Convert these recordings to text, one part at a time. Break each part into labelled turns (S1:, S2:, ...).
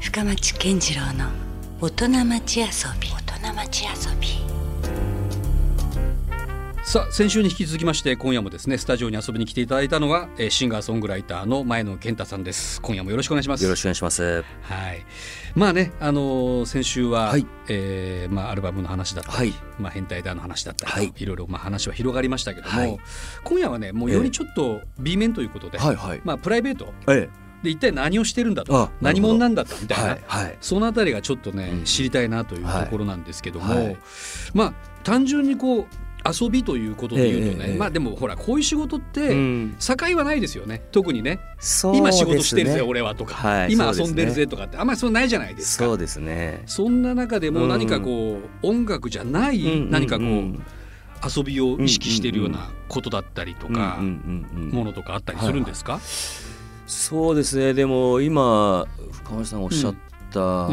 S1: 深町健次郎の大人町遊び大人町遊び
S2: さあ先週に引き続きまして今夜もですねスタジオに遊びに来ていただいたのは、えーシンガーソングライターの前野健太さんです今夜もよろしくお願いします
S3: よろしくお願いします。
S2: はいまあねあのー先週は、
S3: はい
S2: えーまあ、アルバムの話だったり、
S3: はい
S2: まあ、変態だの話だったり、
S3: はい
S2: い、ろいろまあ話は広がりましたけども、
S3: はい
S2: 今夜はねもうよりちょっと B 面ということで、
S3: はいはい。
S2: まあ、プライベート
S3: ええ。
S2: で一体何をしてるんだ
S3: あ
S2: と
S3: なる
S2: 何
S3: ほど
S2: 者なんだとみたいな、
S3: はいはい。
S2: そのあたりがちょっとね、
S3: うん
S2: 知りたいなというところなんですけども、
S3: はいはい
S2: まあ単純にこう遊びということで言うとね、
S3: ええええ
S2: まあでもほらこういう仕事って、
S3: ん。
S2: 境はないですよね特にね
S3: そう
S2: 今仕事してるぜ、
S3: ですね
S2: 俺はとか、
S3: はい
S2: 今
S3: そうで
S2: 遊
S3: す
S2: ん
S3: ね
S2: でるぜとかってあんまりそうないじゃないですか
S3: そうですね。
S2: そんな中でも何かこう、音楽じゃない何かこう、遊びを意識しているようなことだったりと
S3: うんうん
S2: か、
S3: うんうん
S2: ものとかあったりするんですか、
S3: そうですね。でも今深町さんがおっしゃった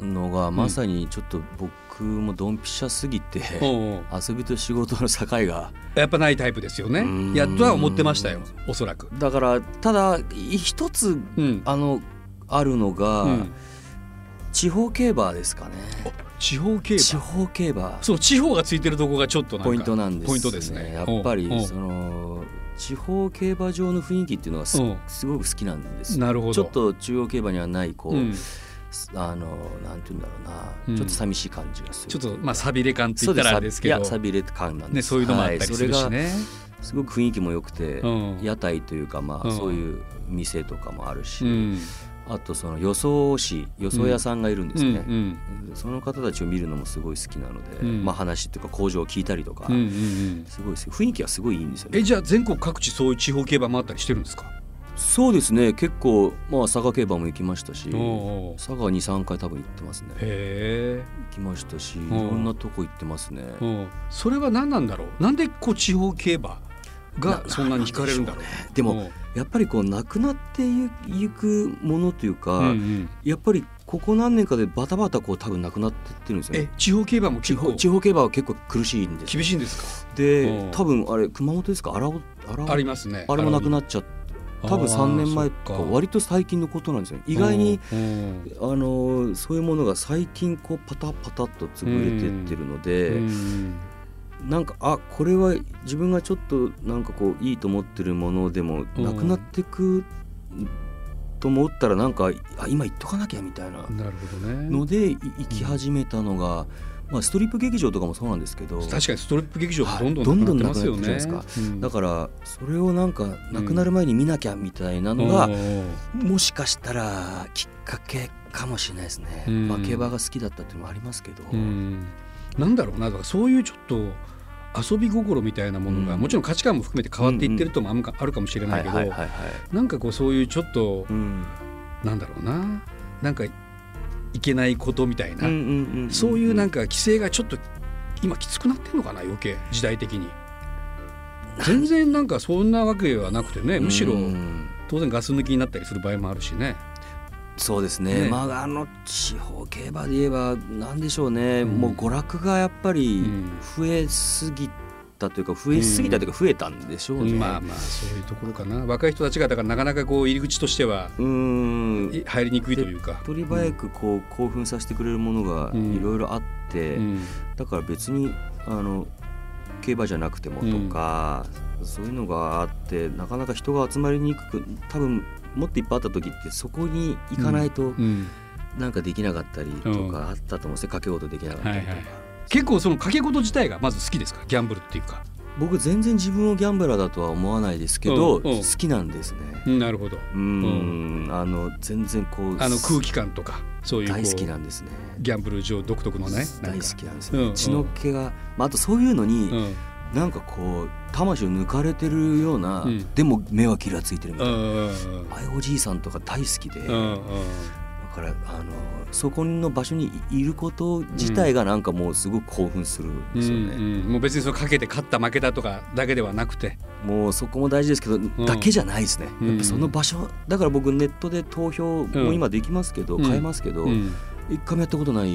S3: のが、
S2: ん
S3: まさにちょっと僕もドンピシャすぎて、
S2: おうおう
S3: 遊びと仕事の境が
S2: やっぱないタイプですよね
S3: うん
S2: いやとは思ってましたよおそらく。
S3: だからただ一つ
S2: うん
S3: あのあるのが、
S2: うん
S3: 地方競馬ですかね。
S2: 地方競
S3: 地
S2: 馬
S3: 方競馬。
S2: そう地方がついてるとこがちょっとなんか
S3: ポイントなんです、ね、
S2: ポイントですね
S3: やっぱ
S2: おうお
S3: り
S2: う
S3: その地方競馬場の雰囲気っていうのはす
S2: うん
S3: すごく好きなんです
S2: なるほど
S3: ちょっと中央競馬にはないこう、
S2: うん
S3: あのなんて言うんだろうな、
S2: うん
S3: ちょっと寂しい感じがする
S2: ちょっ
S3: そ
S2: と
S3: う
S2: まあさびれ感って
S3: す
S2: 言ったらあれですけど
S3: いや寂れ感なんです、
S2: ねそういうのもあったりするし
S3: はい、
S2: ね。
S3: それがすごく雰囲気も良くて、
S2: うん
S3: 屋台というかまあ、
S2: うん
S3: そういう店とかもあるし、
S2: うん
S3: あとその予想師予想屋さんがいるんです
S2: うん
S3: ね、
S2: うん
S3: その方たちを見るのもすごい好きなので、
S2: うん
S3: まあ話っていうか工場を聞いたりとか、
S2: うんうんうん
S3: すごいです雰囲気がすごいいいんですよね
S2: えじゃあ全国各地そういう地方競馬もあったりしてるんですか。
S3: そうですね結構まあ佐賀競馬も行きましたし
S2: おうおう
S3: 佐賀23回多分行ってますね
S2: へ
S3: 行きましたしい
S2: おう
S3: ろんなとこ行ってますね
S2: え。うんそれは何なんだろう。なんでこう地方競馬が
S3: な
S2: そんなに惹かれるんだろう。
S3: で
S2: う
S3: も
S2: ん
S3: やっぱりこうなくなってゆゆくものというか、
S2: うんうん
S3: やっぱりここ何年かでバタバタこう多分なくなってってるんですよ
S2: え
S3: ね
S2: 地方競馬も
S3: 地
S2: 結
S3: 方
S2: 構
S3: 地方競馬は結構苦しいんです
S2: 厳しいんです
S3: で
S2: うん
S3: 多分あれ熊本ですか荒尾荒
S2: か。あ
S3: 尾
S2: りますね。
S3: あれもなく
S2: っ
S3: なっちゃって多分3年前とか割と最近のことなんですよね意外に
S2: うん
S3: あのーそういうものが最近こうパタパタっと潰れてってるので、
S2: うん
S3: なんかあこれは自分がちょっとなんかこういいと思ってるものでも
S2: うん
S3: なくなってくと思ったらなんかあ今言っとかなきゃみたいな
S2: なるほどね
S3: の。でい行き始めたのが、まあ、ストリップ劇場とかもそうなんですけど
S2: 確かにストリップ劇場も
S3: はい
S2: どんどんなくなって
S3: どんどんなくな
S2: ま
S3: って
S2: すよね。
S3: るじゃない
S2: う
S3: で
S2: ん
S3: だからそれをなんかなくなる前に見なきゃみたいなのが、もしかしたらきっかけかもしれないですね、
S2: うん
S3: まあ、競馬が好きだったっていうのもありますけど、
S2: うんなんだろうなだからそういうちょっと遊び心みたいなものが、
S3: うん
S2: もちろん価値観も含めて変わっていってるともあんかあるかもしれないけど、
S3: い
S2: なんかこうそういうちょっと、
S3: うん
S2: なんだろうななんかいけないことみたいな、
S3: うんうんうん
S2: そういうなんか規制がちょっと今きつくなってんのかな余計時代的に。全然なんかそんなわけはなくてねむしろ
S3: うん
S2: 当然ガス抜きになったりする場合もあるしね。
S3: そうですね
S2: ね
S3: まああの地方競馬で言えばなんでしょうね、
S2: うん
S3: もう娯楽がやっぱ
S2: う
S3: り
S2: ん
S3: 増えすぎたというか増えすぎたというか増えたんでしょうね、
S2: まあまあそういうところかな若い人たちがだからなかなかこう入り口としては
S3: うん
S2: い入りにくいというか。
S3: 手っ取り早くこう興奮させてくれるものが
S2: うん
S3: いろいろあって、
S2: うん
S3: だから別にあの競馬じゃなくてもとか、そういうのがあってなかなか人が集まりにくく多分もっといっぱいあった時ってそこに行かないと
S2: うん
S3: なんかできなかったりとかあったと思うんですね掛け事できなかったりとか。
S2: はいはい結構その掛け事自体がまず好きですかギャンブルっていうか、
S3: 僕全然自分をギャンブラーだとは思わないですけど、
S2: うんうん
S3: 好きなんですね。
S2: なるほど
S3: うん、あの全然こう
S2: あの空気感とかそういうこう
S3: 大好きなんですね。
S2: ギャンブル上独特のねな
S3: 大
S2: ん
S3: 好
S2: か
S3: きなんです
S2: うん
S3: よ。
S2: うん
S3: 血の気が、まあ、あとそういうのに、
S2: うん
S3: なんかこう魂を抜かれてるような、
S2: うん
S3: でも目はキラついてるみ
S2: う
S3: たいな、
S2: ん
S3: ああいうおじいさんとか大好きで、
S2: うんうん
S3: だからあのそこの場所にいること自体がなんかもうすごく興奮するん
S2: うんう
S3: ですよね。
S2: んもう別にそのかけて勝った負けたとかだけではなくて
S3: もうそこも大事ですけど、だけじゃないですね
S2: うん
S3: やっぱその場所だから僕ネットで投票も今できますけど、
S2: うん
S3: 買えますけど、
S2: うん
S3: 一回もやったことない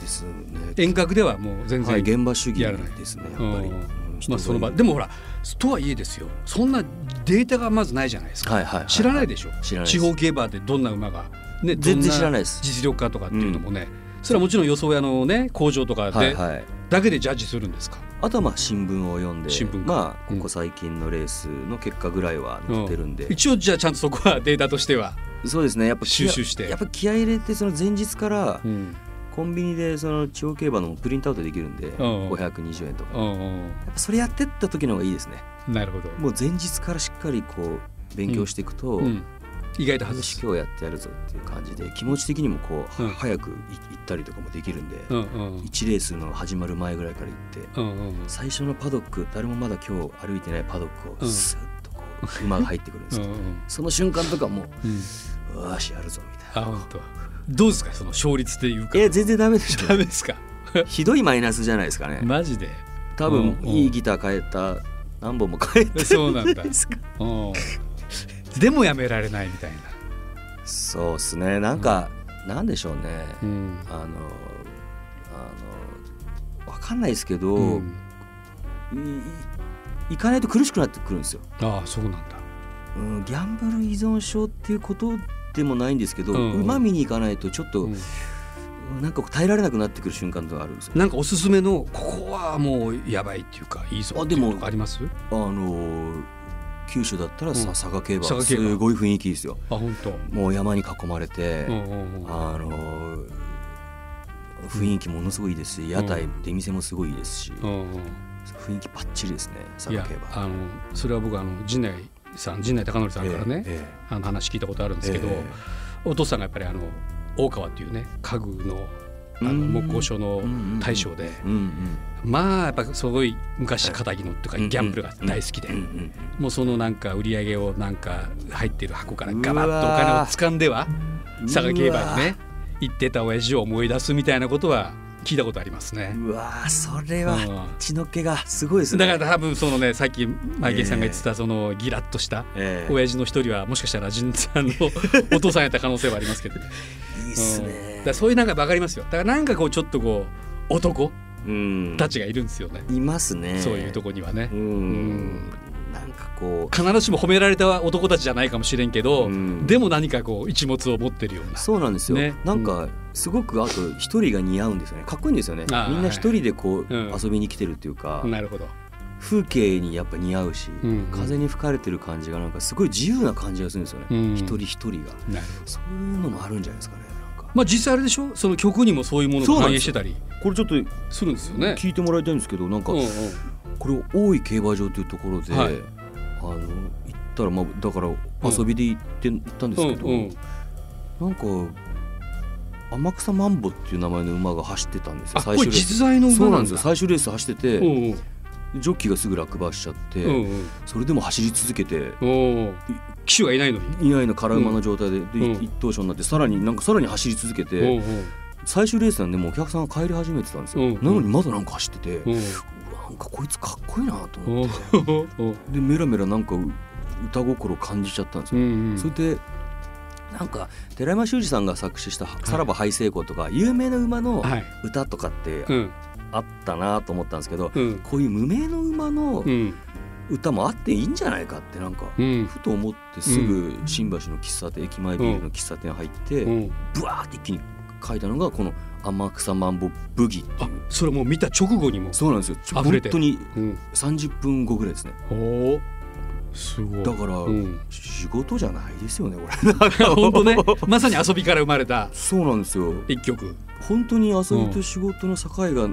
S3: ですね、
S2: 遠隔ではもう全
S3: はい、
S2: 然
S3: 現場主義ですねやっぱ
S2: やらない
S3: り、
S2: うん
S3: うん人
S2: ま
S3: が
S2: あその場でもほらとはいえですよそんなデータがまずないじゃないですか
S3: はいはいはいはい
S2: 知らないでしょ
S3: 知らない
S2: 地
S3: です
S2: 方競馬でどんな馬がね、
S3: 全然知らないいです
S2: 実力家とかっていうのもね、それはもちろん予想屋のね工場とかで、
S3: はいはい
S2: だけでジャッジするんですか
S3: あとはまあ新聞を読んで
S2: 新聞か
S3: まあ
S2: うん
S3: ここ最近のレースの結果ぐらいは載ってるんで、
S2: 一応じゃあちゃんとそこはデータとしては、
S3: そうですねやっぱ気
S2: 収
S3: 合
S2: 集して
S3: やっぱ気合い入れてその前日から
S2: うん
S3: コンビニでその地方競馬のプリントアウトできるんで、
S2: ん
S3: 520円とか
S2: う
S3: やっ
S2: ん
S3: ぱそれやってった時の方がいいですね
S2: うん、なるほど、
S3: もう前日からしっかりこう勉強していくと、
S2: うん、意外と
S3: よ
S2: 外
S3: し
S2: す、
S3: 今日やってやるぞっていう感じで気持ち的にもこう、
S2: うん
S3: 早くい行ったりとかもできるんで、
S2: うんうん
S3: 1レースの始まる前ぐらいから行って
S2: うんうん、
S3: 最初のパドック誰もまだ今日歩いてないパドック
S2: う
S3: を
S2: ん
S3: スッとこう馬が入ってくるんです
S2: うん
S3: け
S2: う
S3: ど、
S2: ん
S3: その瞬間とかもう
S2: うん、
S3: うわーしやるぞみた
S2: あ
S3: いな。
S2: 本当どうですかその勝率っていうか
S3: いや全然ダメでし
S2: ダ
S3: ょ
S2: メですか
S3: ひどいマイナスじゃないですかね、
S2: マジで
S3: 多
S2: う
S3: 分
S2: んうん
S3: いいギター変えた何本も変えて
S2: そうなんだ
S3: ですか
S2: うんでもやめられないみたいな、
S3: そうっすねなんか、なんでしょうね
S2: うん
S3: あのあのわかんないですけど、
S2: うん、
S3: いい行かないと苦しくなってくるんですよ、
S2: ああそうなんだ
S3: うん、ギャンブル依存症っていうことでもないんですけど、
S2: う
S3: うん
S2: うん
S3: まみに行かないとちょっと、
S2: うん
S3: なんかこう耐えられなくなってくる瞬間とかあるんですよ
S2: なんかおすすめのここはもうやばいっていうかいいぞってい
S3: あで
S2: う
S3: も
S2: とこあります
S3: あのー九州だったら
S2: うん
S3: さ佐賀競馬
S2: 佐賀競馬
S3: すごい雰囲気ですよ
S2: あ本当
S3: もう山に囲まれて、
S2: うんうんうん
S3: あのー雰囲気ものすごいいいですし屋台出店もすごいいいですし、
S2: うんうん
S3: 雰囲気ばっちりですね佐
S2: い
S3: 賀
S2: や
S3: 競馬
S2: あのそれは僕あの陣内さん陣内孝則さんからね、
S3: えええ
S2: あの話聞いたことあるんですけど、
S3: ええ
S2: お父さんがやっぱりあの大川っていうね家具のあの
S3: うん
S2: 木工所の大将で、
S3: えうんうん
S2: まあやっぱすごい昔肩着のっていうか
S3: うん
S2: ギャンブルが大好きで、
S3: うんうん
S2: もうそのなんか売り上げをなんか入ってる箱から
S3: うわー
S2: ガバッとお金を掴んでは
S3: うん
S2: 佐賀競馬にね行ってた親父を思い出すみたいなことは聞いたことありますね。
S3: うわーそれ
S2: うん
S3: は血の気がすごいですね
S2: だから多分そのねさっきマイケンさんが言ってたそのギラッとした
S3: ええ
S2: 親父の一人はもしかしたら陣さんの お父さんやった可能性はありますけどね
S3: いいっす
S2: うんだ
S3: ね
S2: からそういうなんか分かりますよだからなんかこうちょっとこう男
S3: うん
S2: たちがいるんですよね、
S3: いますね
S2: そういうとこにはね
S3: う、んなんかこ
S2: 必ずしも褒められた男たちじゃないかもしれんけど、
S3: うん
S2: でも何かこう一物を持ってるよう
S3: う
S2: な
S3: そうなんですよ
S2: ね
S3: なんかすごくあと一人が似合うんですよねかっこいいんですよね
S2: あー
S3: みんな一人でこう
S2: うん
S3: 遊びに来てるっていうか
S2: なるほど
S3: 風景にやっぱ似合うし
S2: うんうん
S3: 風に吹かれてる感じがなんかすごい自由な感じがするんですよね
S2: うん
S3: 一人一人が
S2: なるほど
S3: そういうのもあるんじゃないですかねなんか
S2: まあ実際あれでしょその曲にもそういうもの
S3: そ
S2: が
S3: うな
S2: 反
S3: んで
S2: 映
S3: すよ
S2: してたり
S3: これちょっと
S2: するんですよね。
S3: 聞いてもらいたいんですけどなんか
S2: うんうん
S3: これを大井競馬場というところで、
S2: はい
S3: あの行ったらまあだから遊びで行って、行ったんですけど、
S2: うんうん
S3: なんか天草マンボっていう名前の馬が走ってたんですよ
S2: あこれ
S3: レース
S2: 実在の
S3: そ
S2: 馬
S3: うな
S2: なんん
S3: です
S2: だ
S3: よ最終レース走ってて、
S2: うん
S3: ジョッキーがすぐ落馬しちゃって、
S2: うんうん
S3: それでも走り続けて
S2: うんおー騎手がいないのに。
S3: いないの空馬の状態で,で、
S2: うん
S3: 一等賞になってさらになんかさらに走り続けて、
S2: うん
S3: 最終レースなんでもうお客さんが帰り始めてたんですよ、
S2: うん
S3: なのにまだなんか走ってて、
S2: う
S3: うんわなんかこいつかっこいいなと
S2: うん
S3: 思って。
S2: うん
S3: でメラメラなんかう歌心感じちゃったんです
S2: う
S3: よ、
S2: んうん
S3: それでなんか寺山修司さんが作詞した「さらば廃成功」とか有名な馬の
S2: はい
S3: 歌とかって
S2: うん
S3: あったなと思ったんですけど、
S2: うん
S3: こういう無名の馬の
S2: うん
S3: 歌もあっていいんじゃないかってなんか、
S2: うん
S3: ふと思ってすぐ新橋の喫茶店駅前ビルの喫茶店入って、
S2: うん
S3: ブワーって一気に書いたのがこの「天草マンボブギ」って
S2: あ
S3: いう
S2: それもう見た直後にも。
S3: そうなんですよちょ
S2: 溢れ
S3: 本
S2: て
S3: 当に
S2: うん
S3: 30分後ぐらいですね
S2: おおすごい。
S3: だから、
S2: うん
S3: 仕事じゃないですよね これ
S2: 本当ねまさに遊びから生まれた
S3: そうなんですよ
S2: 一曲。
S3: 本当に遊びと仕事の境が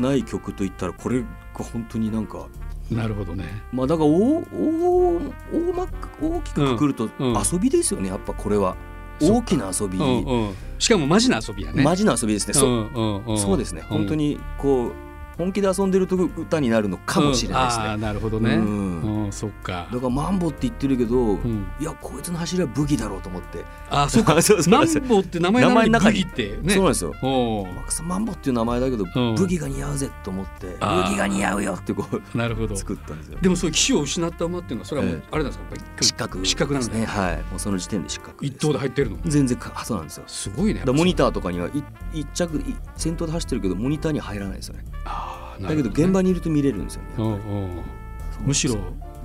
S3: ない曲といったらこれが本当になんか
S2: なるほどね。
S3: まあだからおお大まく大きくくくると
S2: うん
S3: 遊びですよねやっぱこれは
S2: そっか
S3: 大きな遊び
S2: うんうんしかもマジな遊びやね。
S3: マジな遊びですねそう
S2: そ
S3: そうですね本当にこう本気で遊んでると歌になるのかもしれないです
S2: うんあ
S3: ね
S2: ーなるほどね。
S3: うん
S2: うんそっか
S3: だ。からマンボって言ってるけど
S2: うん
S3: いやこいつの走りは武器だろうと思って
S2: あーそっか
S3: そう。そう
S2: マ
S3: そう
S2: ンボって名前なのに
S3: 名前の
S2: ブ
S3: 中に
S2: ギってね。
S3: そうなんですよ
S2: お
S3: マックスマンボっていう名前だけど
S2: ん
S3: 武器が似合うぜと思って武器
S2: あー
S3: が似合うよってこう
S2: ーなるほど。
S3: 作ったんですよ。
S2: でもそういう騎士を失った馬っていうのはそれはもう
S3: ええ
S2: あれなんですか。やっぱり
S3: 失格
S2: 失格なんです
S3: ね。
S2: ね。
S3: はい。もうその時点で失格す
S2: 一頭で入ってるの。
S3: 全然かあそうなんですよ。だ
S2: すごいね。
S3: からモニターとかにはい一着い先頭で走ってるけどモニターには入らないですよね。
S2: あーな
S3: だ
S2: る
S3: け
S2: ほ
S3: ど
S2: ね
S3: 現場にいると見れるんですよね。
S2: う
S3: やっ
S2: ん
S3: ぱり
S2: うんむしろ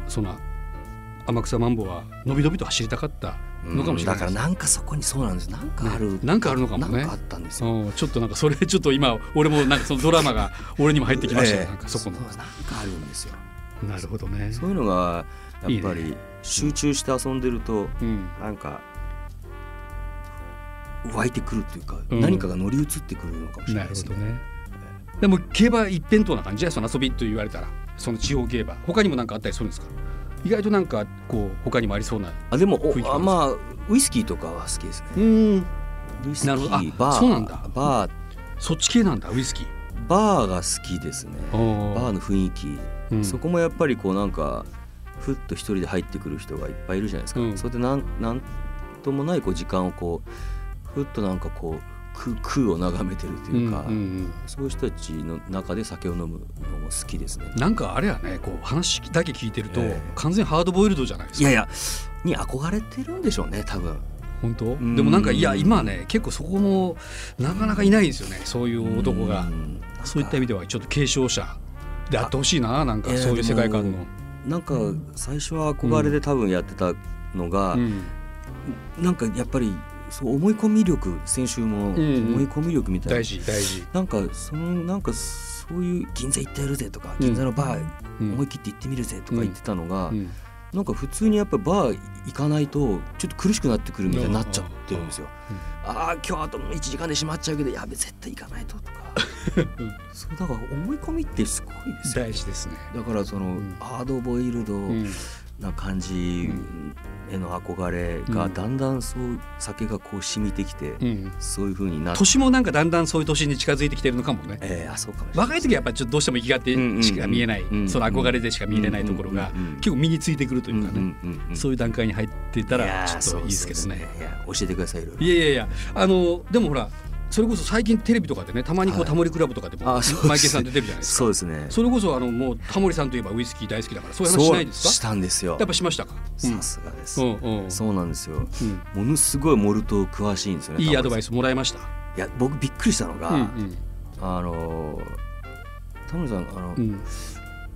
S2: その天草マンボはのびのびと走りたかったのかもしれない
S3: だからなんかそこにそうなんですなんかある、
S2: ねなんかあるのかもね
S3: なんかあったんですよ、
S2: うんちょっとなんかそれちょっと今俺もなんかそのドラマが俺にも入ってきましたよ、
S3: ええ
S2: なんかそこの
S3: うなんかあるんですよ
S2: なるほどね
S3: そういうのがやっぱ
S2: いい
S3: り集中して遊んでると
S2: うん
S3: なんか湧いてくるというか、
S2: うん
S3: 何かが乗り移ってくるのかもしれ
S2: な
S3: な
S2: る
S3: いで
S2: ほ
S3: す
S2: ど
S3: ね
S2: ねでも競馬一辺倒な感じでその遊びと言われたらその地方競馬他にも何かあったりするんですか意外となんかこう他にもありそうな
S3: あでも
S2: 雰囲気
S3: おあまあウイスキーとかは好きですね
S2: うん
S3: ウイスキ
S2: なるほどあ
S3: ーバー
S2: そうなんだ
S3: バー
S2: そっち系なんだウイスキー
S3: バーが好きですねバー
S2: あ
S3: の雰囲気、
S2: ー
S3: そこもやっぱりこうなんかふっと一人で入ってくる人がいっぱいいるじゃないですか、
S2: うん
S3: それでなんなんともないこう時間をこうふっとなんかこう空空を眺めてるというか、
S2: うんうんうん
S3: そういう人たちの中で酒を飲むのも好きですね。
S2: なんかあれやねこう話だけ聞いてると、
S3: ええ
S2: 完全ハードボイルドじゃないです
S3: い
S2: か
S3: やいやに憧れてるんでしょうね多分。
S2: 本当
S3: ん
S2: でもなんかいや今ね結構そこもなかなかいないんですよねそういう男が
S3: ん
S2: そういった意味ではちょっと継承者であってほしいななんか
S3: いや
S2: そういう世界観の
S3: でもなんか最初は憧れで多分やってたのが、
S2: うん
S3: なんかやっぱりそう思い込み力先週も
S2: んうん
S3: 思い込み力みたいな、
S2: 大事大事
S3: なんかそのなんかそういう銀座行ってやるぜとか
S2: うん
S3: 銀座のバー
S2: うん
S3: 思い切って行ってみるぜとか言ってたのが、
S2: うん
S3: なんか普通にやっぱバー行かないとちょっと苦しくなってくるみたいになっちゃってるんですよ。ああー今日あと1時間で閉まっちゃうけどやべ絶対行かないととかそうだから思い込みってすごいですよ。
S2: 大事ですね
S3: だからその、
S2: ん
S3: ハードボイルド
S2: うん
S3: な感じへの憧れ
S2: う
S3: が
S2: ん
S3: だんだんそう酒がこう染みてきて、
S2: うん
S3: そういう風になって、
S2: 年もなんかだんだんそういう年に近づいてきてるのかもね
S3: えー、あそうかもしれない
S2: 若い時はやっぱりちょっとどうしても生きがってしか見えない
S3: うんうんうん
S2: その憧れでしか見れないところが
S3: うんうんうん
S2: 結構身についてくるというかね
S3: うんうんうんうん
S2: そういう段階に入ってた
S3: いや
S2: ら
S3: ー
S2: ちょっといいですけどね。
S3: そうそうそういや教えてくださいいろいろ
S2: いやいやいやあのでもほらそれこそ最近テレビとかでねたまにこう、
S3: はい
S2: タモリクラブとかでも
S3: あそうです
S2: マイケルさん出てるじゃないですか
S3: そうですね。
S2: それこそあのもうタモリさんといえばウイスキー大好きだからそういう話しないで
S3: そう
S2: す
S3: し
S2: か
S3: たんですよ
S2: やっ。ぱしましたか
S3: さすがです、
S2: うんうんうん
S3: そうなんですよ。
S2: うん
S3: ものすごいモルト詳しいんですよね。
S2: いいアドバイ
S3: ス。
S2: スもらいました
S3: いや僕びっくりしたのが、
S2: うんうん
S3: あのータモリさんあの、
S2: うん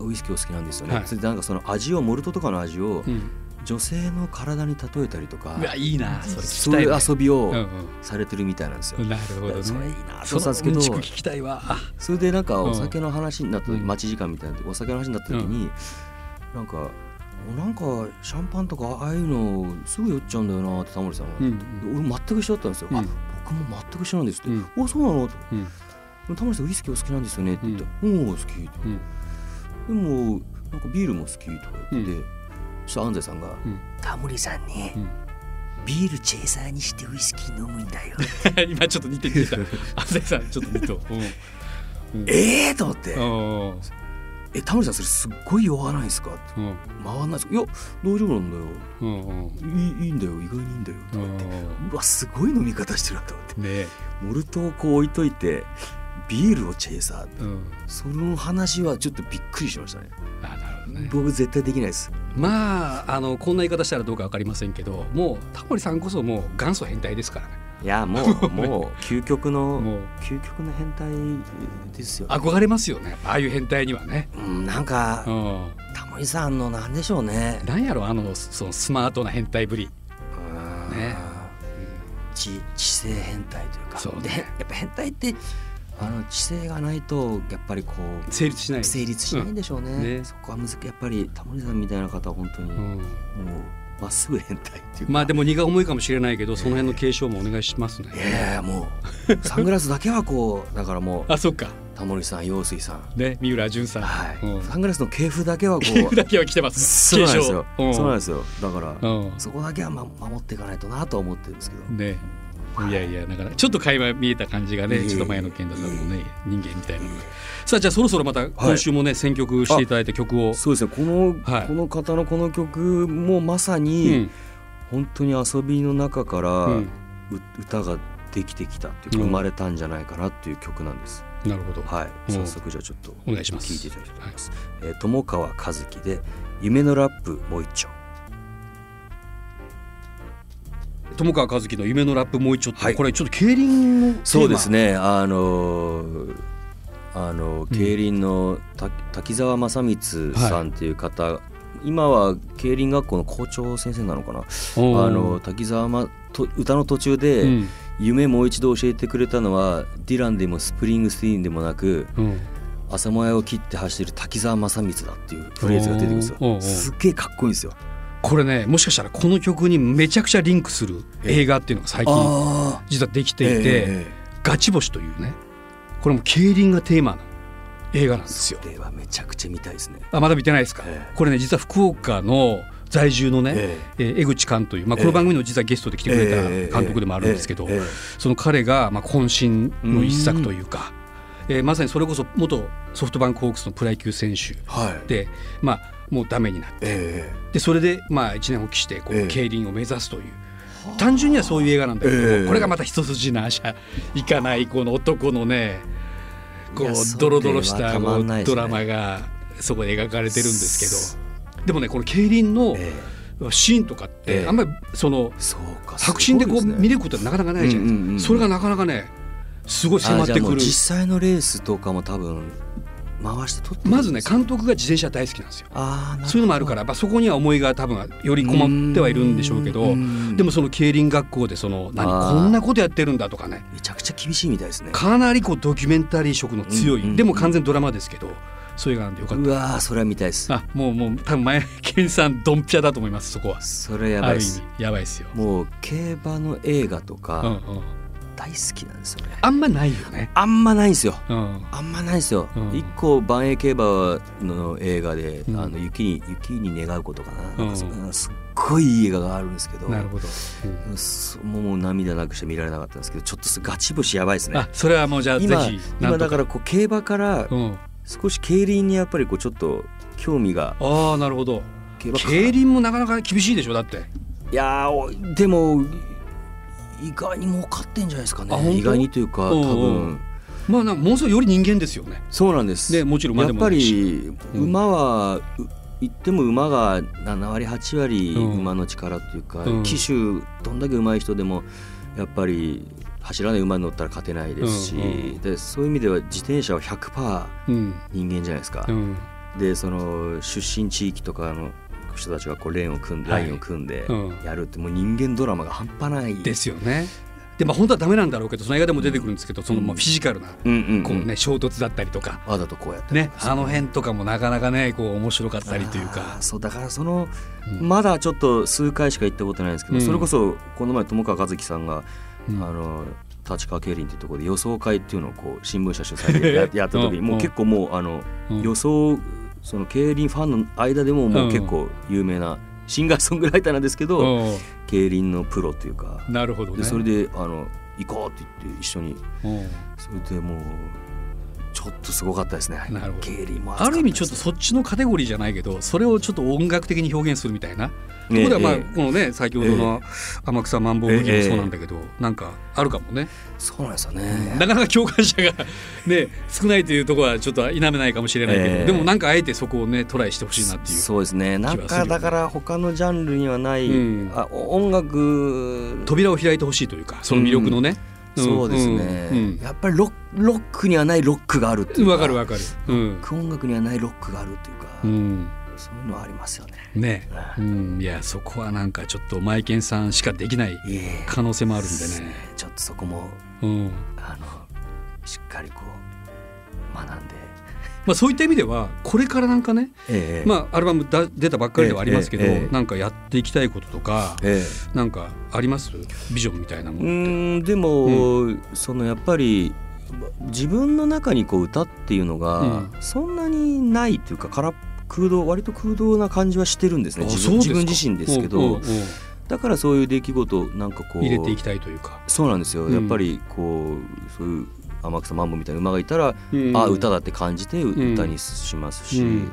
S3: ウイスキーお好きなんですよね。
S2: はい
S3: それでなんかその味をモルトとかの味を
S2: うん
S3: 女性の体に例えたりとか
S2: う、わいいなそれ聞き
S3: そう
S2: たい
S3: い
S2: ね
S3: う遊び
S2: う
S3: を
S2: ん
S3: されてるみたいなんですよ。
S2: うんなるほどね
S3: それいいなと
S2: その
S3: 思ったんですけど。
S2: 地区聞きたいわあ
S3: それでなんかお酒の話になった時、
S2: うん
S3: 待ち時間みたいなお酒の話になった時に、なんかおなんかシャンパンとかああいうのすぐ酔っちゃうんだよなってタモリさんが、
S2: うんう
S3: で
S2: ん
S3: 俺全く一緒だったんですよ、
S2: うん
S3: あ僕も全く一緒なんですって、
S2: うん
S3: おそうなのと
S2: うん
S3: タモリさんウイスキーお好きなんですよねって言って、おお好きって
S2: うん
S3: でもなんかビールも好きとか言って、
S2: う
S3: そしたら安西さんが、
S2: うん
S3: タモリさんね
S2: うん
S3: ビールチェイサーにしてウイスキー飲むんだ よ
S2: 今ちょっと似てきた 朝日さんちょっと似とうんうん
S3: ええと思って、
S2: あ
S3: えタモリさんそれすっごい酔わないですかって
S2: ーうん
S3: 回んないですかいや大丈夫なんだよ
S2: うんうん
S3: いいいいんだよ意外にいいんだよとか言ってうわすごい飲み方してるなと思って
S2: ね
S3: モルトをこう置いといてビールをチェイサー
S2: うん、
S3: その話はちょっとびっくりしましたね
S2: あなるほどね
S3: 僕絶対できないです
S2: まああのこんな言い方したらどうかわかりませんけどもうタモリさんこそもう元祖変態ですからね
S3: いやも うもう究極の
S2: もう
S3: 究極の変態ですよ
S2: 憧れますよねああいう変態にはね、
S3: うんなん
S2: う
S3: か
S2: ん、
S3: タモリさんのなんでしょうね
S2: なんやろあのそのスマートな変態ぶり
S3: うん
S2: ね
S3: 知知性変態というか
S2: そうね
S3: でやっぱ変態ってあの知性がないとやっぱりこう
S2: 成立しない
S3: 成立しないんでしょうね,、
S2: うんね
S3: そこは難しいやっぱりタモリさんみたいな方は本当に、
S2: う
S3: も
S2: ん
S3: うまっすぐ変態っていうか
S2: まあでも荷が重いかもしれないけどその辺の継承もお願いしますね
S3: いやいやいやもうサングラスだけはこうだからもう
S2: あそっか
S3: タモリさん陽水さん
S2: ね三浦淳さん
S3: はい、
S2: うん
S3: サングラスの系譜だけはこ
S2: 皮膚
S3: う
S2: だけは来てます
S3: そう
S2: 継
S3: な
S2: 承
S3: んですよ、
S2: うん
S3: そうなんですよだから、
S2: うん
S3: そこだけは、ま、守っていかないとなとは思ってるんですけど、
S2: ねいやいやだからちょっと会話見えた感じが
S3: いえい
S2: ね
S3: え
S2: ちょっと前の健太さんのね人間みたいなのがさあじゃあそろそろまた
S3: は
S2: 今
S3: い
S2: 週もね選曲していただいて曲を
S3: そうですねこの、
S2: はい
S3: この方のこの曲もまさ
S2: う
S3: に、
S2: ん
S3: 本当に遊びの中から、
S2: う
S3: うん歌ができてきたっていうか
S2: うん
S3: 生まれたんじゃないかなっていう曲なんです、
S2: なるほど
S3: はい
S2: うん
S3: 早速じゃあちょっと
S2: お願いします
S3: 聞いていただきたいと思います、えー友川和樹で「夢のラップもう一丁
S2: 友川一樹の夢のラップもう一丁って
S3: はい
S2: これちょっと競輪の」
S3: そうです
S2: ね
S3: ねあのーあのー競輪のた滝沢正光さんっていう方今は競輪学校の校長先生なのかな
S2: おー
S3: あの滝沢まと歌の途中
S2: う
S3: で
S2: ん
S3: 夢もう一度教えてくれたのはディランでもスプリングスティーンでもなく
S2: うん
S3: 朝もやを切って走る滝沢正光だっていうフレーズが出てくるんです
S2: おーおーお
S3: よ
S2: ー
S3: すっげえかっこいいんですよ
S2: これねもしかしたらこの曲にめちゃくちゃリンクする映画っていうのが最近
S3: ああ
S2: 実はできていて、ガチ星というねこれも競輪がテーマの映画なんですよ
S3: それはめちゃくちゃ見たいですね
S2: あまだ見てないですか、
S3: ええ
S2: これね実は福岡の在住のね、え
S3: え
S2: ー江口寛という、まあ、
S3: ええ
S2: この番組の実はゲストで来てくれた
S3: ええ
S2: 監督でもあるんですけど、
S3: ええええ
S2: その彼がまあ渾身の一作というか、えーまさにそれこそ元ソフトバンクホークスのプロ野球選手
S3: はい
S2: で、まあ、もうダメになって
S3: え
S2: でそれでまあ1年おきしてこう
S3: ええ
S2: 競輪を目指すという。単純にはそういう映画なんだけど、
S3: ええ
S2: これがまた一筋縄 じゃいかないこの男のねこ
S3: いやそう
S2: ドロドロし
S3: れは
S2: た
S3: た
S2: こ
S3: ま
S2: うん
S3: ないで
S2: ド
S3: す
S2: ラ
S3: ね
S2: マがそこで描かれてるんですけどでもねこの競輪の
S3: ええ
S2: シーンとかって
S3: ええ
S2: あんまりその
S3: そうか
S2: 白真でこう
S3: すごいすね
S2: 見れることはなかなかないじゃないですか、
S3: うんうんうん
S2: それがなかなかねすごい迫って
S3: あじゃあ
S2: く
S3: もう
S2: る
S3: 実際のレースとかも多分回して撮ってるん
S2: ま
S3: です
S2: ずね監督が自転車大好きなんですよ
S3: あーなるほど
S2: そういうのもあるから、まあ、そこには思いが多分より困ってはいるんでしょうけ
S3: う
S2: ど
S3: ん
S2: でもその競輪学校でその何
S3: あー
S2: こんなことやってるんだとかね
S3: めちゃくちゃ厳しいみたいですね
S2: かなりこうドキュメンタリー色の強い、
S3: うんうんうん
S2: でも完全ドラマですけどそういう映画なんでよかっ
S3: うわーそれは見たいです
S2: たあもうもう多分前健さんドンピシャだと思いますそこは
S3: それやばいです
S2: ある意味やばいですよ、
S3: もう競馬の映画と
S2: うんう
S3: か
S2: ん、
S3: 大好きなんですよね、
S2: あんまないよね、
S3: あんまないんですよ
S2: うん、
S3: あんまないんですよ、
S2: うん
S3: 一個万栄競馬の映画で、
S2: うん
S3: あの雪に雪に願うことかな,、
S2: うん
S3: なんかそうんすっごいいい映画があるんですけど
S2: なるほど、
S3: うんそもうもう涙なくして見られなかったんですけどちょっとそガチ星やばいですね
S2: あそれはもうじゃあぜ
S3: 今
S2: ひな
S3: 今
S2: んと
S3: だからこう競馬から
S2: うん、
S3: 少し競輪にやっぱりこうちょっと興味が
S2: ああなるほど
S3: 競馬か
S2: 競輪もなかなか厳しいでしょだって
S3: いやーおでも意外に儲かってんじゃないですか
S2: あ本当
S3: ね意外にというか
S2: うんうん
S3: 多分
S2: まあなんかものすごいより人間ですよね
S3: そうなんです
S2: でもちろん馬
S3: や
S2: で
S3: っ
S2: も
S3: ぱ
S2: ないし
S3: り
S2: うん
S3: 馬は、う言っても馬が7割8割
S2: うん
S3: 馬の力というか、
S2: うん
S3: 騎手どんだけ上手い人でもやっぱり走らない馬に乗ったら勝てないですし、
S2: うんうん
S3: でそういう意味では自転車は100%
S2: うん
S3: 人間じゃないですか
S2: う。ん
S3: でその出身地域とかの人たちがこうレーンを組んで、
S2: はい
S3: ラインを組んで
S2: うん
S3: やるってもう人間ドラマが半端ない
S2: ですよねでまあ本当はダメなんだろうけどその映画でも出てくるんですけどそのまあフィジカルな
S3: うんうんうん
S2: こうね衝突だったりとか
S3: わざとこうやって
S2: ね、あの辺とかもなかなかねこう面白かったりという
S3: あ
S2: か
S3: ーそうだからその、
S2: うん
S3: まだちょっと数回しか行ったことないんですけど、
S2: うん
S3: それこそこの前友川一樹さんが、
S2: うん
S3: あの立川競輪っていうところで予想会っていうのをこう新聞社主催でや やった時に
S2: うん
S3: もう結構もうあの、
S2: うん
S3: 予想その競輪ファンの間でももう結構有名なシンガーソングライターなんですけど、
S2: う
S3: 競輪のプロっていうか
S2: ん、なるほど
S3: で
S2: ね
S3: それであの行こうって言って一緒に
S2: うん
S3: それでもうちょっとすごかったですね
S2: なるほど
S3: 競輪も熱か
S2: あ
S3: たです
S2: る意味ちょっとそっちのカテゴリーじゃないけどそれをちょっと音楽的に表現するみたいなところではまあ
S3: ええ
S2: このね先ほどの「天草マンボウ麦」もそうなんだけどなんかあるかもね
S3: そうなんですよね、
S2: なかなか共感者がね少ないというところはちょっと否めないかもしれないけ
S3: え
S2: ど
S3: え
S2: でもなんかあえてそこをねトライしてほしいなっていう。
S3: そうですねなん
S2: 気はするよね
S3: かだから他のジャンルにはない、
S2: うん
S3: あお音楽
S2: 扉を開いてほしいというかその魅力のね、ん
S3: そうですね、
S2: うんうん
S3: やっぱりロッロックにはないロックがあるっていう
S2: わかるわかる、うん
S3: ロック音楽にはないロックがあるっていうか、
S2: うん、
S3: そういうのはありますよね、
S2: ね
S3: う
S2: うん、いやそこはなんかちょっとマイケンさんしかできない
S3: いえ
S2: 可能性もあるんでね、
S3: ちょっとそこも
S2: うん
S3: あのしっかりこう学んで、
S2: まあ、そういった意味ではこれからなんかね、
S3: えあ
S2: まあ、アルバムだ出たばっかりではありますけど、
S3: ええええ
S2: なんかやっていきたいこととか、
S3: え
S2: なんかありますビジョンみたいな
S3: えう
S2: ものって。
S3: ーんでも、そのやっぱり自分の中にこう歌っていうのが
S2: う
S3: そんなにないというか空っ空洞割と空洞な感じはしてるんですね
S2: あ
S3: 自
S2: そう
S3: 分
S2: です
S3: 自
S2: か
S3: 分自身ですけ
S2: おうおうお
S3: ど
S2: う
S3: だからそういう出来事をなんかこう
S2: 入れていきたいというか、
S3: そうなんですよ、
S2: うん
S3: やっぱりこうそういう天草マンボみたいな馬がいたら、あ歌
S2: だ
S3: だって感じて
S2: ん
S3: 歌にしますし、
S2: うんうん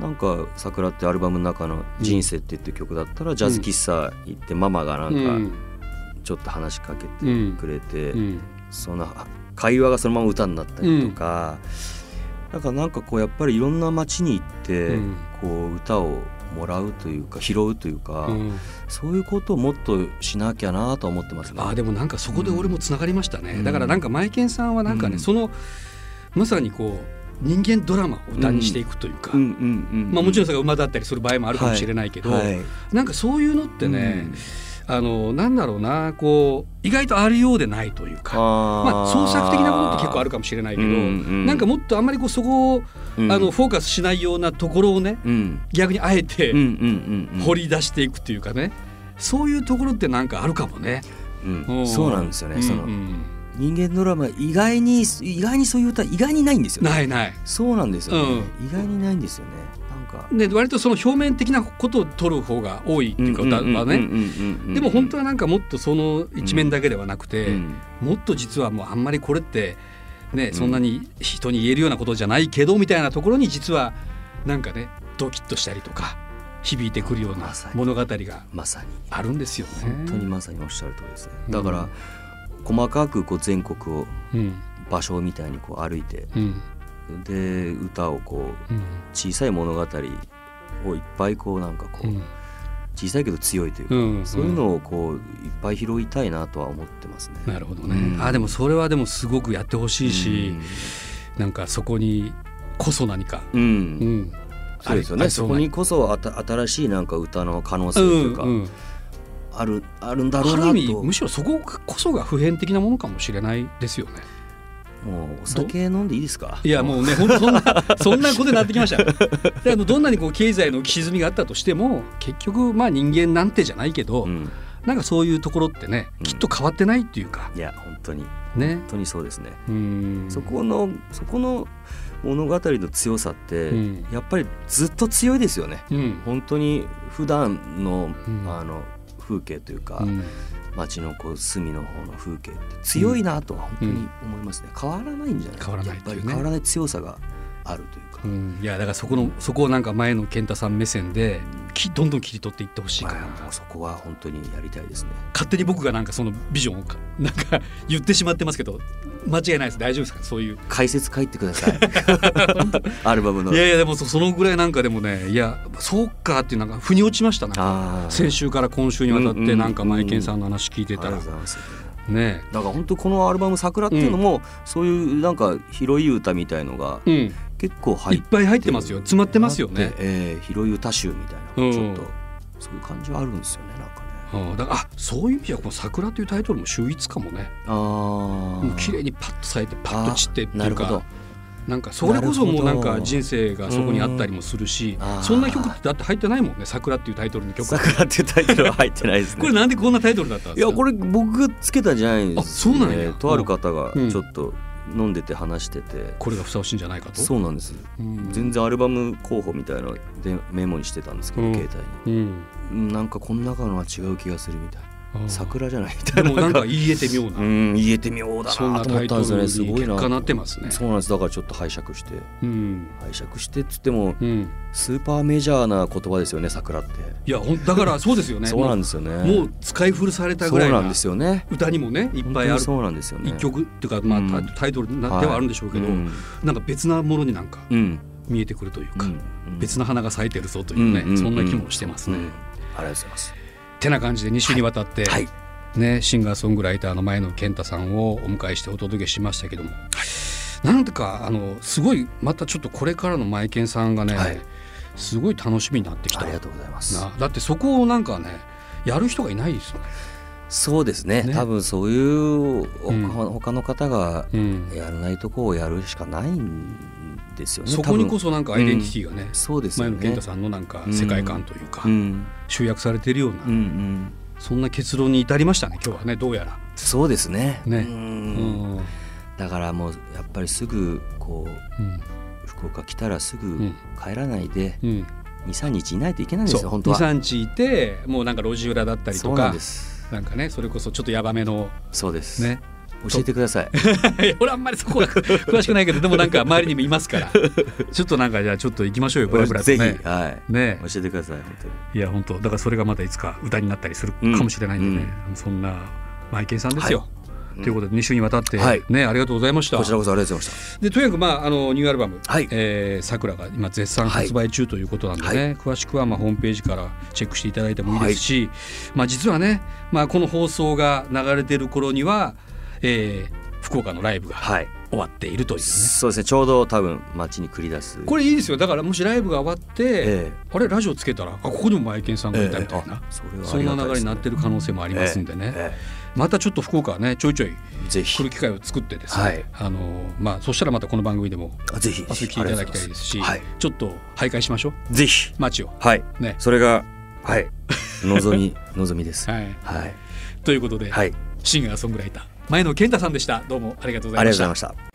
S3: なんか「桜」ってアルバムの中の「人生」って言って曲だったら、ジャズ喫茶行ってママがな
S2: うん
S3: か
S2: ん
S3: ちょっと話しかけ
S2: う
S3: て
S2: ん
S3: くれて、
S2: うん
S3: そのあ会話がそのまま歌になったりとか、だからなんかこうやっぱりいろんな街に行って、
S2: うん
S3: こう歌をもらうというか拾うというか、
S2: うん
S3: そういうことをもっとしなきゃなとは思ってますね。
S2: あーでもなんかそこで俺もつながりましたね、
S3: うん
S2: だからなんかマイケンさんはなんかね、
S3: うん
S2: そのまさにこう人間ドラマを歌にしていくというか、
S3: うんうんうんうん
S2: まあ、もちろんそれが馬だったりする場合もあるかもしれないけど、
S3: はいはい
S2: なんかそういうのってね、あのなんだろうなこう意外とあるようでないというか。まあ、創作的なことって結構あるかもしれないけど、
S3: うんうん
S2: なんかもっとあんまりこうそこを、
S3: うん
S2: あのフォーカスしないようなところをね
S3: うん
S2: 逆にあえて
S3: うんうんうん
S2: 掘り出していくっていうかね、そういうところってなんかあるかもね。
S3: うんそうなんですよね、
S2: うん
S3: その
S2: うん
S3: 人間ドラマ意外に意外にそういう歌意外にないんですよね
S2: ないない。
S3: そうなんですよね、意外にないんですよねなんか
S2: で割とその表面的なことを取る方が多いっていうか歌はね。でも本当
S3: は
S2: はなんかもっとその一面だけではなくて、もっと実はもうあんまりこれって、ね、そんなに人に言えるようなことじゃないけどみたいなところに実はなんかねドキッとしたりとか響いてくるような
S3: まさに
S2: 物語が
S3: まさに
S2: あるんですよね。
S3: 本当にまさにおっしゃる通りですね
S2: うん
S3: だから、細かくこう全国を
S2: うん
S3: 場所みたいにこう歩いて
S2: うん
S3: で歌をこう
S2: うん
S3: 小さい物語をいっぱいこうなんかこう、
S2: うん
S3: 小さいけど強いというか、
S2: うん
S3: そういうのをこういっぱい拾いたいなとは思ってますね。
S2: なるほどね、
S3: うん
S2: あでもそれはでもすごくやってほしいし、なんかそこにこそ何か、
S3: うん、
S2: う
S3: うん
S2: ん、
S3: そうですよ
S2: あ
S3: ね
S2: り
S3: そうこ
S2: な
S3: にこそあた新しいなんか歌の可能性
S2: う
S3: と
S2: ん
S3: いうか、
S2: うん、
S3: あるあるんだ
S2: あ
S3: ろう
S2: る
S3: な
S2: 意
S3: と
S2: 味むしろそここそが普遍的なものかもしれないですよね。
S3: もうお酒飲んでいいですか
S2: いやもうね本当そんなそんなことになってきました。であのどんなにこう経済の歪みがあったとしても結局まあ人間なんてじゃないけど、
S3: うん、
S2: なんかそういうところってね
S3: うん
S2: きっと変わってないっていうか
S3: いや本当に
S2: ね。
S3: 本当にそうですね、
S2: うん
S3: そこのそこの物語の強さって、
S2: うん
S3: やっぱりずっと強いですよね
S2: うん
S3: 本当に普段の、
S2: うん
S3: あの風景というか、
S2: うん
S3: 街のこう隅の方の風景って強いなとは本当に思いますね、変わらないんじゃない
S2: 変わらない
S3: やっ
S2: って
S3: ぱ
S2: いうね
S3: り変わらない強さがあるというか、
S2: うん、いやだからそこのそこをなんか前の健太さん目線できどんどん切り取っていってほしいかな、
S3: まあそこは本当にやりたいですね
S2: 勝手に僕がなんかそのビジョンをかなんか 言ってしまってますけど間違いないです大丈夫ですかそういう
S3: 解説書いてくだ さいアルバムの
S2: いやいやでもそそのぐらいなんかでもねいやそうかっていうなんか腑に落ちましたな
S3: あー
S2: 先週から今週にわたっ
S3: うんうんう
S2: て
S3: ん
S2: なんかマイケンさんの話聞いてた
S3: あり
S2: ら
S3: がとうございます
S2: ね
S3: だから本当このアルバム「桜」っていうのも、そういうなんか広い歌みたいのが
S2: うん、
S3: 結構
S2: い、
S3: 入っ
S2: っぱい入ってますよ詰まってますよ
S3: あっ
S2: ね
S3: て、えー広い歌集みたいな
S2: うん
S3: ちょっとそういう感じはあるんですよねなんかね
S2: うん、だからあそういう意味じゃこの「桜」というタイトルも秀逸かもね
S3: あー
S2: もう綺麗にパッと咲いてパッと散ってって
S3: あーないる
S2: う
S3: ほ
S2: か
S3: ど
S2: なんかそれこそもうなん
S3: なるほ
S2: か
S3: ど
S2: 人生がそこにあったりもするし
S3: うんあー
S2: そんな曲ってだって入ってないもんね「桜」っていうタイトルの曲
S3: 桜っていうタイトルは入ってないです ね
S2: これなんでこんなタイトルだったん
S3: い
S2: です
S3: や
S2: か
S3: これ僕がつけたんじゃないんですよ
S2: あそうなんや
S3: とある方が
S2: うん
S3: ちょっと飲んでて話してて、
S2: これがふさわしいんじゃないかと
S3: そうなんです
S2: うん
S3: 全然アルバム候補みたいなのでメモにしてたんですけど、
S2: うん
S3: 携
S2: うん
S3: 帯になんかこの中のは違う気がするみたい
S2: あー
S3: な桜じゃないみ
S2: で
S3: たいな
S2: もなん
S3: な
S2: か
S3: んか
S2: 言えて妙
S3: う
S2: なん
S3: 言えて妙だ
S2: そん
S3: な
S2: な
S3: と
S2: タ
S3: 思っ
S2: イ
S3: たん
S2: ト
S3: ですよ
S2: ルに
S3: ねす
S2: 結
S3: ごいな
S2: 果なってますね
S3: そうなんですだからちょっと拝借して
S2: うん
S3: 拝借してっつっても
S2: うん
S3: スーパーメジャーな言葉ですよね桜って、
S2: いやほんだからそうですよね
S3: そうなんですよね
S2: もうもう使い古された
S3: そ
S2: ぐ
S3: う
S2: らい
S3: な
S2: なん
S3: ですよね
S2: 歌にもねいっぱい
S3: 本当
S2: あ
S3: に
S2: る
S3: そうなんですよね
S2: 一曲っていうかま
S3: う
S2: あ
S3: ん
S2: タタイトルになってはあるんでしょうけど
S3: うん
S2: なんか別なものになんか
S3: うん
S2: 見えてくるというか
S3: うん
S2: 別な花が咲いてるぞというね
S3: うんうんうん
S2: そんな気もしてますね
S3: うん。ありがとうございます。
S2: てな感じで2週にわたって
S3: はい。
S2: ねシンガーソングライターの前野健太さんをお迎えしてお届けしましたけどもなんとかあのすごいまたちょっとこれからのマイケンさんがね
S3: はい
S2: すごい楽しみになってき
S3: あ
S2: た
S3: りがとうございます。
S2: なだってそこをなんかねやる人がいないですよね。
S3: そうですね。
S2: ね
S3: 多分そういう他
S2: うん
S3: 他の方が
S2: うん
S3: やらないとこをやるしかないんですよね。
S2: そこにこ
S3: そ
S2: そなんかアイデンティティがね、
S3: そうです
S2: 前
S3: よね。
S2: 野健太さんのなんか世界観というか、
S3: うん
S2: 集約されているような、
S3: うんうん。
S2: そんな結論に至りましたね今日はねどうやら。
S3: そうですね。
S2: ね
S3: うん
S2: うん
S3: だからもうやっぱりすぐこう
S2: うん
S3: 福岡来たらす
S2: う
S3: ぐ
S2: ん
S3: 帰らないで
S2: うん、
S3: 二三日いないといけないんです
S2: そ
S3: よ。
S2: う
S3: 本当は。
S2: 23日いてもうなんか路地裏だったり
S3: そ
S2: と
S3: うな
S2: か
S3: ん
S2: な
S3: で
S2: ん
S3: す。
S2: かねそれこそちょっとヤバめの
S3: そうです。
S2: ね
S3: 教えてください。
S2: いや俺あんまりそこは詳しくない けどでもなんか周りにもいますからちょっとなんかじゃあちょっと行きましょうよブラブラと
S3: ぜひ
S2: ね。
S3: はい。
S2: ね
S3: 教えてください本当に
S2: いや本当だからそれがまたいつか歌になったりするかもしれないんでね、そんなマイケンさんですよ。
S3: い
S2: ということで2週にわたって、
S3: はい
S2: ねありがとうございました。
S3: こちらこそありがとうございまし
S2: でとにかく、まあ、あのニューアルバム
S3: たはい、
S2: えーさくらが今絶賛発売中ということなんでね、
S3: は
S2: 詳しくはまあホームページからチェックしていただいてもいいですし、まあ、実はね、まあ、この放送が流れてる頃には、えー福岡のライブが
S3: はい
S2: 終わっているというね
S3: そうですねちょうど多分街に繰り出す
S2: これいいですよだからもしライブが終わって、
S3: ええ
S2: あれラジオつけたらあここにもマイケンさんがいたみたいな
S3: あ、それは
S2: そんな流れになってる可能性もありますんでね、
S3: え
S2: またちょっと福岡はねちょいちょい
S3: えぜ
S2: 来
S3: ひ
S2: る機会を作ってですね、
S3: はい
S2: あのまあそしたらまたこの番組でも
S3: あぜひ
S2: 遊び来ていただきたいですし
S3: はい
S2: ちょっと徘徊しましょう
S3: ぜひ
S2: 街を
S3: はい
S2: ね
S3: それが はい望み望みです
S2: はい
S3: はい
S2: ということで、
S3: はい
S2: シンガーソングライター前野健太さんでしたどうもありがとうご
S3: あ
S2: ざい
S3: りがとう
S2: ま
S3: ご
S2: し
S3: ざい
S2: た
S3: ま